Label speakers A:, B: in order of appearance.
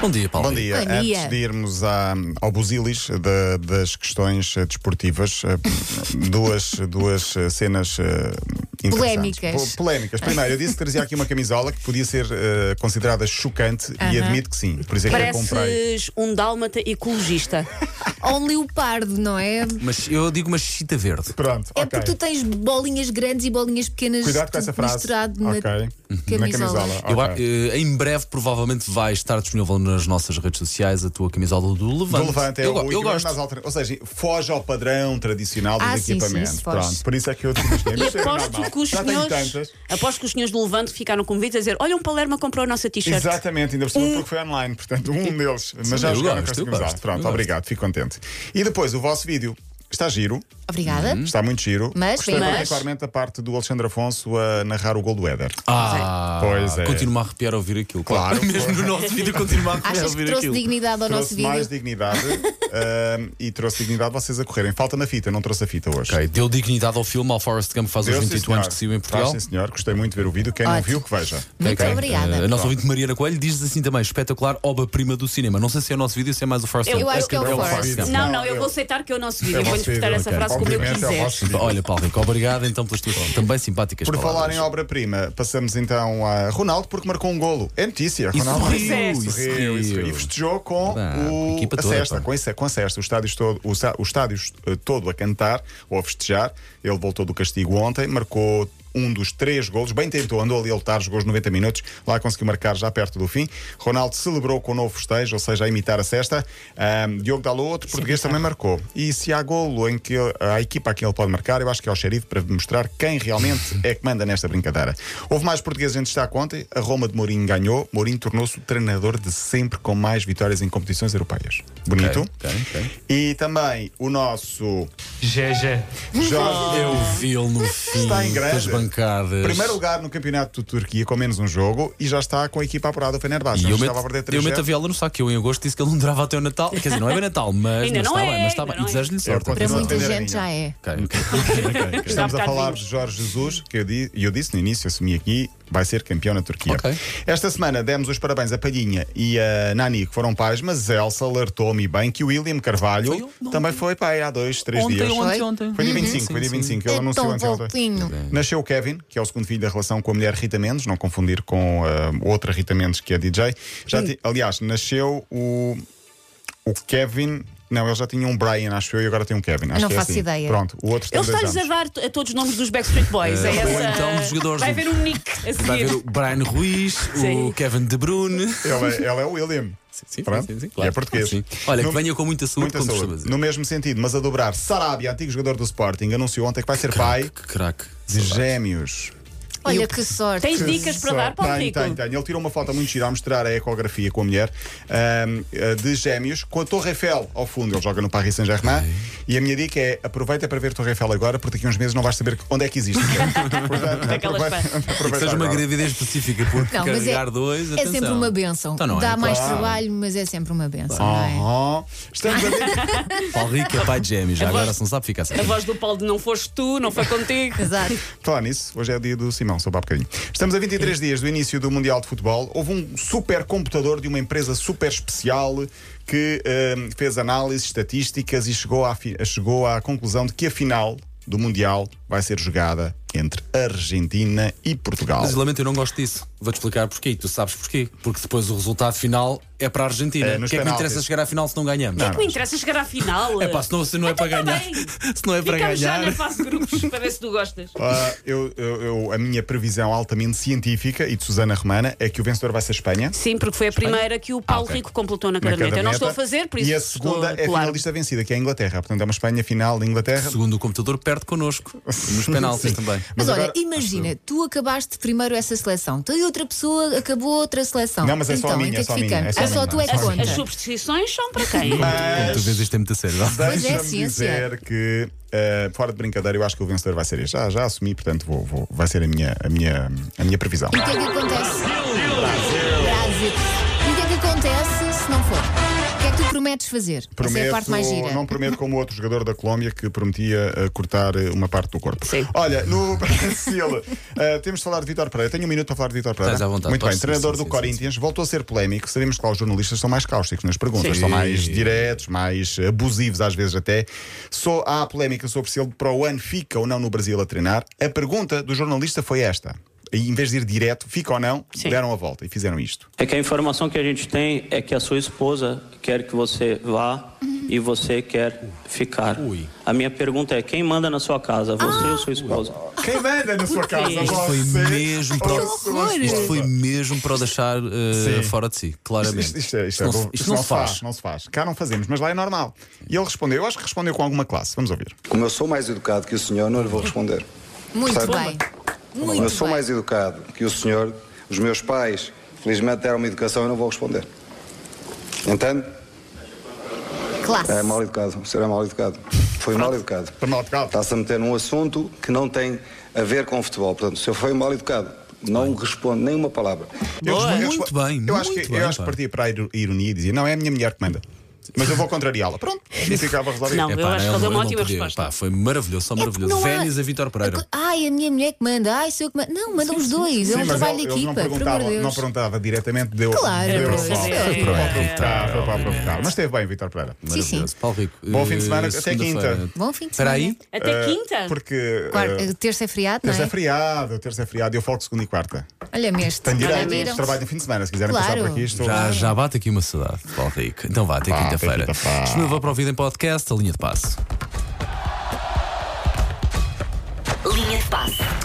A: Bom dia, Paulo.
B: Bom dia.
C: Bom dia.
B: Antes de irmos à- ao busilis de- das questões eh, desportivas, eh, duas, duas eh, cenas eh, interessantes.
C: Polémicas.
B: Po- Polémicas. Primeiro, eu disse que trazia aqui uma camisola que podia ser eh, considerada chocante e admito que sim. Por isso é que eu comprei.
D: Pareces um dálmata ecologista.
C: Ou um leopardo, não é?
A: Mas eu digo uma chita verde.
B: Pronto,
C: É
B: ok.
C: porque tu tens bolinhas grandes e bolinhas pequenas
B: Cuidado com essa
C: tudo
B: frase.
C: misturado na
B: Ok.
C: camisola.
A: Eu,
B: ok.
A: eh, em breve, provavelmente, vai estar disponível nas nossas redes sociais a tua camisola do Levante.
B: Do Levante é
A: eu,
B: o
A: go- eu
B: equipamento
A: gosto.
B: mais alterna- Ou seja, foge ao padrão tradicional dos
C: Ah, sim,
B: equipamentos.
C: sim, isso foge.
B: Pronto, por isso é que eu te gostei.
D: E
B: Mas é normal.
D: aposto que, os
B: Já tenho
D: senhores,
B: tantas.
D: aposto que os senhores do Levante ficaram convidados a dizer: Olha, um Palerma comprou a nossa t-shirt.
B: Exatamente, ainda por
C: Um.
B: cima porque foi online, portanto, um deles. Mas já
A: eu
B: jogaram
A: gosto,
B: com esta
A: eu
B: camisola.
A: gosto, eu
B: Pronto,
A: gosto.
B: obrigado, fico contente. E depois o vosso vídeo. Está giro,
C: Obrigada.
A: Uhum.
B: está muito giro.
C: Mas,
B: Gostei
C: bem, mas-
B: particularmente da parte do Alexandre Afonso a narrar o gol do Éder.
A: Ah,
B: Pois é.
A: Continuo a arrepiar a ouvir aquilo.
B: Claro.
A: Mesmo no nosso vídeo, continuo a arrepiar a
C: Achas que
A: ouvir
C: trouxe
A: aquilo.
C: dignidade ao
B: trouxe
C: nosso vídeo?
B: mais dignidade ahm, e trouxe dignidade vocês a correrem. Falta na fita, não trouxe a fita hoje.
A: Ok, deu dignidade ao filme, ao Forrest Gump, faz os
B: Deu, sim,
A: 28
B: senhor.
A: anos que saiu em Portugal.
B: Faz, sim, senhor. Gostei muito de ver o vídeo. Quem não
C: Ótimo.
B: viu, que veja.
C: Muito
A: Ok. Eh, a
C: obrigada.
A: nossa
B: Pronto.
A: ouvinte Mariana Coelho diz assim também: espetacular obra-prima do cinema. Não sei se é o nosso vídeo, se é mais o Forrest
D: Eu
A: Gump.
D: acho
C: que é o Forrest.
A: Gump.
D: Não,
B: Não,
D: não, eu
B: eu-
D: vou aceitar que é o nosso
B: É
D: vídeo. Vou
B: vosso
D: interpretar
B: vídeo,
D: essa
B: ok.
D: frase como eu
B: Obviamente é o
D: quiser.
B: vosso vídeo.
A: Olha, Paulo Rico, obrigado então pelas tuas também simpáticas
B: Por falar
A: palavras.
B: em obra-prima, passamos então a Ronaldo, porque marcou um golo. É notícia.
A: E
B: Ronaldo
A: sorriu,
B: sorriu,
A: e
B: sorriu, e sorriu.
A: sorriu.
B: E festejou com
A: Pá,
B: o-
A: a equipa
B: a
A: toda,
B: cesta,
A: pá.
B: com, esse- com a cesta. O estádio, todo, o, sa- o estádio eh, todo a cantar ou a festejar. Ele voltou do castigo ontem, marcou um dos três golos, bem tentou, andou ali a lutar, jogou os 90 minutos, lá conseguiu marcar já perto do fim. Ronaldo celebrou com o novo festejo, ou seja, a imitar a cesta. Ahm, Diogo Dalot, outro português, também marcou. E se há golo em que ele- a equipa a quem ele pode marcar, eu acho que é o xerife para mostrar quem realmente é que manda nesta brincadeira. Houve mais portugueses em destaque ontem, a Roma de Mourinho ganhou, Mourinho tornou-se o treinador de sempre com mais vitórias em competições europeias. Bonito.
A: Ok, ok.
B: E também o nosso
E: GG.
B: Jorge
A: Eu vi-lo no fim
B: está em grande.
A: das bancadas.
B: Primeiro lugar no campeonato de Turquia com menos um jogo e já está com a equipa apurada o Fenerbahçe.
A: E
B: Já
A: eu
B: estava
A: meto,
B: a perder
A: eu meto a
B: 3-0.
A: viola no saco. Eu em agosto disse que ele não durava até o Natal. Quer dizer, não é bem Natal, mas,
D: Ainda
A: mas
D: não
A: está
D: é,
A: bem. Mas está
D: ainda
A: bem.
D: não
A: E
D: é.
A: desejo-lhe
B: Eu
A: sorte.
C: Para
B: continuo a
C: muita
B: defender a
C: gente
B: minha.
C: já é.
A: Ok, ok, ok, ok, ok.
B: Estamos
D: Dá
B: a
D: um
B: falar
D: bocadinho.
B: de Jorge Jesus, que eu, di- eu disse no início, assumi aqui, vai ser campeão na Turquia.
A: Ok.
B: Esta semana demos os parabéns a Palhinha e a Nani, que foram pais, mas Elsa alertou-me bem que o William
A: Foi
B: Carvalho
A: ontem.
B: também foi pai há dois, três
A: Ontem,
B: dias.
A: ontem,
C: Foi?
A: ontem.
B: Foi dia
A: Uhum.
B: 25, foi dia
A: Sim, sim.
B: 25 ele
C: É
B: anunciou
C: tão
B: antes ontem.
C: pouquinho.
B: Nasceu o Kevin, que é o segundo filho da relação com a mulher Rita Mendes, não confundir com ah, outra Rita Mendes, que é DJ. Já ti- aliás, nasceu o, o Kevin. Não, ele já tinha um Brian, acho eu, e agora tem um Kevin. Acho
C: não
B: que é
C: faço
B: assim.
C: ideia.
B: Pronto, o outro tem
D: Ele
B: dois
D: está-lhes a
B: anos.
D: dar t- a todos os nomes dos Backstreet Boys. É
A: Eh, ou
D: essa-
A: então os jogadores
D: Vai
A: do-
D: haver um nick a seguir.
A: Vai ver o Brian Ruiz, o
D: Sim.
A: Kevin De Bruyne.
B: Ele, é- ele é o William.
A: Sim,
B: Pronto.
A: sim, sim,
B: E é português.
A: Sim. Olha,
B: No-
A: que venha com muita saúde,
B: Muita
A: como costuma
B: saúde.
A: dizer.
B: No mesmo sentido, mas a dobrar, Sarabia, antigo jogador do Sporting, anunciou ontem que vai ser pai
A: Que craque.
B: de gêmeos.
C: Olha que sorte.
D: Tens dicas para
B: Só-
D: dar, Paulo
B: Tenho,
D: Rico?
B: tenho, tenho. Ele tirou uma foto muito gira a mostrar a ecografia com a mulher ahm, eh, de gêmeos, com a Torre Eiffel ao fundo. Ele joga no Paris Saint-Germain. E a minha dica é: aproveita para ver Torre Eiffel agora, porque daqui a uns meses não vais saber onde é que existe. Portanto,
D: Daquelas
B: aproveita-
D: fãs.
B: aproveita
A: Que seja uma
B: agora.
A: gravidez específica, porque
C: Não, mas é,
A: carregar dois.
C: é sempre uma benção.
A: Então não é,
C: Dá
A: claro.
C: mais trabalho, mas é sempre uma benção. Não é?
B: Aham. Estamos a ver.
A: Paulo Rico é pai de gêmeos. Já
D: voz-
A: agora, se não sabe, fica assim.
D: A voz do Paulo de não foste tu, não foi contigo.
C: Exato.
B: Falar nisso, hoje é o dia do Simão, soube há bocadinho. Estamos a 23 dias do início do Mundial de Futebol. Houve um super computador de uma empresa super especial que hum, fez análises estatísticas e chegou à, fi- chegou à conclusão de que a final do Mundial vai ser jogada entre Argentina e Portugal.
A: Mas lamento, eu não gosto disso. Vou-te explicar porquê. E tu sabes porquê. Porque depois o resultado final é para a Argentina.
B: É,
A: o
B: nos
A: que é que me
B: penaltis.
A: interessa chegar à final se não ganhamos?
B: Não,
D: Não é me interessa chegar à final.
A: É pá, se não, se não é para
D: Então tá
A: ganhar.
D: bem.
A: Se não é para
D: Ficamos já
C: né,
A: ganhar.
D: na fase de grupos para ver se tu gostas.
B: Ah, eu- eu- eu- a minha previsão altamente científica e de Susana Romana é que o vencedor vai ser a Espanha.
D: Sim, porque foi a primeira que o Paulo
A: ok.
D: Rico completou na
B: Ah, na
D: caderneta. Eu não
B: caderneta.
D: estou a fazer, por isso
B: E a
D: estou
B: segunda é a
D: colar.
B: finalista vencida, que é a Inglaterra. Portanto, é uma Espanha final de Inglaterra.
A: Segundo o computador, perde connosco. Nos penaltis também.
C: Mas, olha,
B: agora-
C: imagina, tu acabaste primeiro essa seleção, tu e outra pessoa acabou outra seleção.
B: Não, mas é só
C: então,
B: a minha,
C: em que
B: é
C: é
B: só
C: que
B: a minha,
C: ficamos?
B: é só a
C: Ah, só
B: minha,
C: tu é que
B: é só a
D: As,
B: minha.
D: as
C: contas.
D: superstições são para quem?
A: Como tu vês, isto é muito sério. não?
C: Pois é,
B: Deixa-me
C: ciência.
B: dizer que, eh, fora de brincadeira, eu acho que o vencedor vai ser este. Já, já assumi, portanto, vou, vou- vai ser a minha, a minha, a minha previsão.
C: E o que é que acontece? Brasil. E o que é que acontece se não for? O que é que tu prometes fazer. Essa é a parte mais gira.
B: não prometo como outro jogador da Colômbia que prometia eh, cortar eh, uma parte do corpo.
D: Sim.
B: Olha, no Brasil, eh, temos de falar de Vitor Pereira. Tenho um minuto para falar de Vitor Pereira.
A: Estás à vontade,
B: Muito
A: posso,
B: bem,
A: sim,
B: treinador
A: sim,
B: do
A: sim,
B: Corinthians, voltou a ser polémico. Sabemos que lá os jornalistas são mais cáusticos nas perguntas,
D: Sim.
B: são mais diretos, mais abusivos às vezes até. Só há a polémica sobre se ele para o ano fica ou não no Brasil a treinar. A pergunta do jornalista foi esta. E em vez de ir direto, fica ou não,
D: Sim.
B: deram a volta e fizeram isto.
E: É que a informação que a gente tem é que a sua esposa quer que você vá e você quer ficar.
A: Ui.
E: A minha pergunta é: quem manda na sua casa? Você ou sua esposa?
B: Quem manda na sua casa?
A: Isto foi
B: Você
A: mesmo
B: ou
A: para,
B: a sua
C: horror!
B: esposa?
A: isto foi mesmo para o deixar eh,
B: Sim.
A: fora de si, claramente.
B: Isto, isto é- isto é
A: não, se-
B: bom.
A: isto não se faz.
B: Não se faz. Cá não fazemos, mas lá é normal. E ele respondeu, eu acho que respondeu com alguma classe. Vamos ouvir.
F: Como eu sou mais educado que o senhor, não lhe vou responder.
C: Muito
F: Sabe?
C: bem.
F: Como eu
C: Muito
F: sou
C: bem.
F: mais educado que o senhor, os meus pais, felizmente, deram uma educação, eu não vou responder. Entende?
C: Classe.
F: É mal educado, o senhor é mal educado. Foi mal educado.
B: Foi mal educado.
F: Está-se a meter num assunto que não tem a ver com o futebol. Portanto, o senhor foi mal educado. Não responde nenhuma palavra.
B: Eu
A: Boa.
B: respondo- eu
A: Muito
B: respondo-
A: bem,
B: eu acho
A: muito
B: que,
A: bem,
B: Eu acho que
A: pá.
B: partia para a iro- ironia e dizia, não, é a minha mulher que manda. Mas eu vou contrariá-la. Pronto, e ficava resolvido.
D: Não. Eu acho que ele
A: não- é
D: deu uma
A: não
D: ótima
A: podia.
D: resposta.
A: Pá, foi maravilhoso, só
C: É porque
A: maravilhoso.
C: não há-
A: Vénias a Vitor Pereira.
C: Ai, a minha mulher que manda, ai, sou eu que manda. Não, mandam os dois, é um
B: mas
C: trabalho
B: ele-
C: de
B: eles não
C: equipa, por
B: perguntava,
C: amor de
B: não
C: Deus.
B: perguntava diretamente, deu,
C: Claro,
B: deu
C: é
B: a volta.
D: para
B: Foi para
D: fazer.
B: provocar, foi para provocar. Mas esteve bem, Vitor Pereira.
C: Sim, sim.
A: Maravilhoso. Paulo Rico.
B: Bom fim de
A: eh,
B: semana, até
A: segunda-feira.
B: quinta.
C: Bom fim de
A: Espera
C: semana.
A: aí.
D: Até quinta?
B: Eh, Porque
C: Quarta-
B: eh,
C: terça é feriado,
B: terça é
C: não é?
B: feriado, terça é feriado, eu folgo segunda e quarta.
C: Olha-me este.
B: Tenho
C: Olha,
B: é. direito,
C: viram?
B: trabalho no fim de semana, se quiserem
C: Ah, é Claro.
B: passar por aqui, estou
A: Já, já bate aqui uma saudade, Paulo Rico. Então vá, até
B: Vá, até
A: quinta-feira.
B: quinta-feira.
A: Disponível para ouvir em podcast, a linha de passo.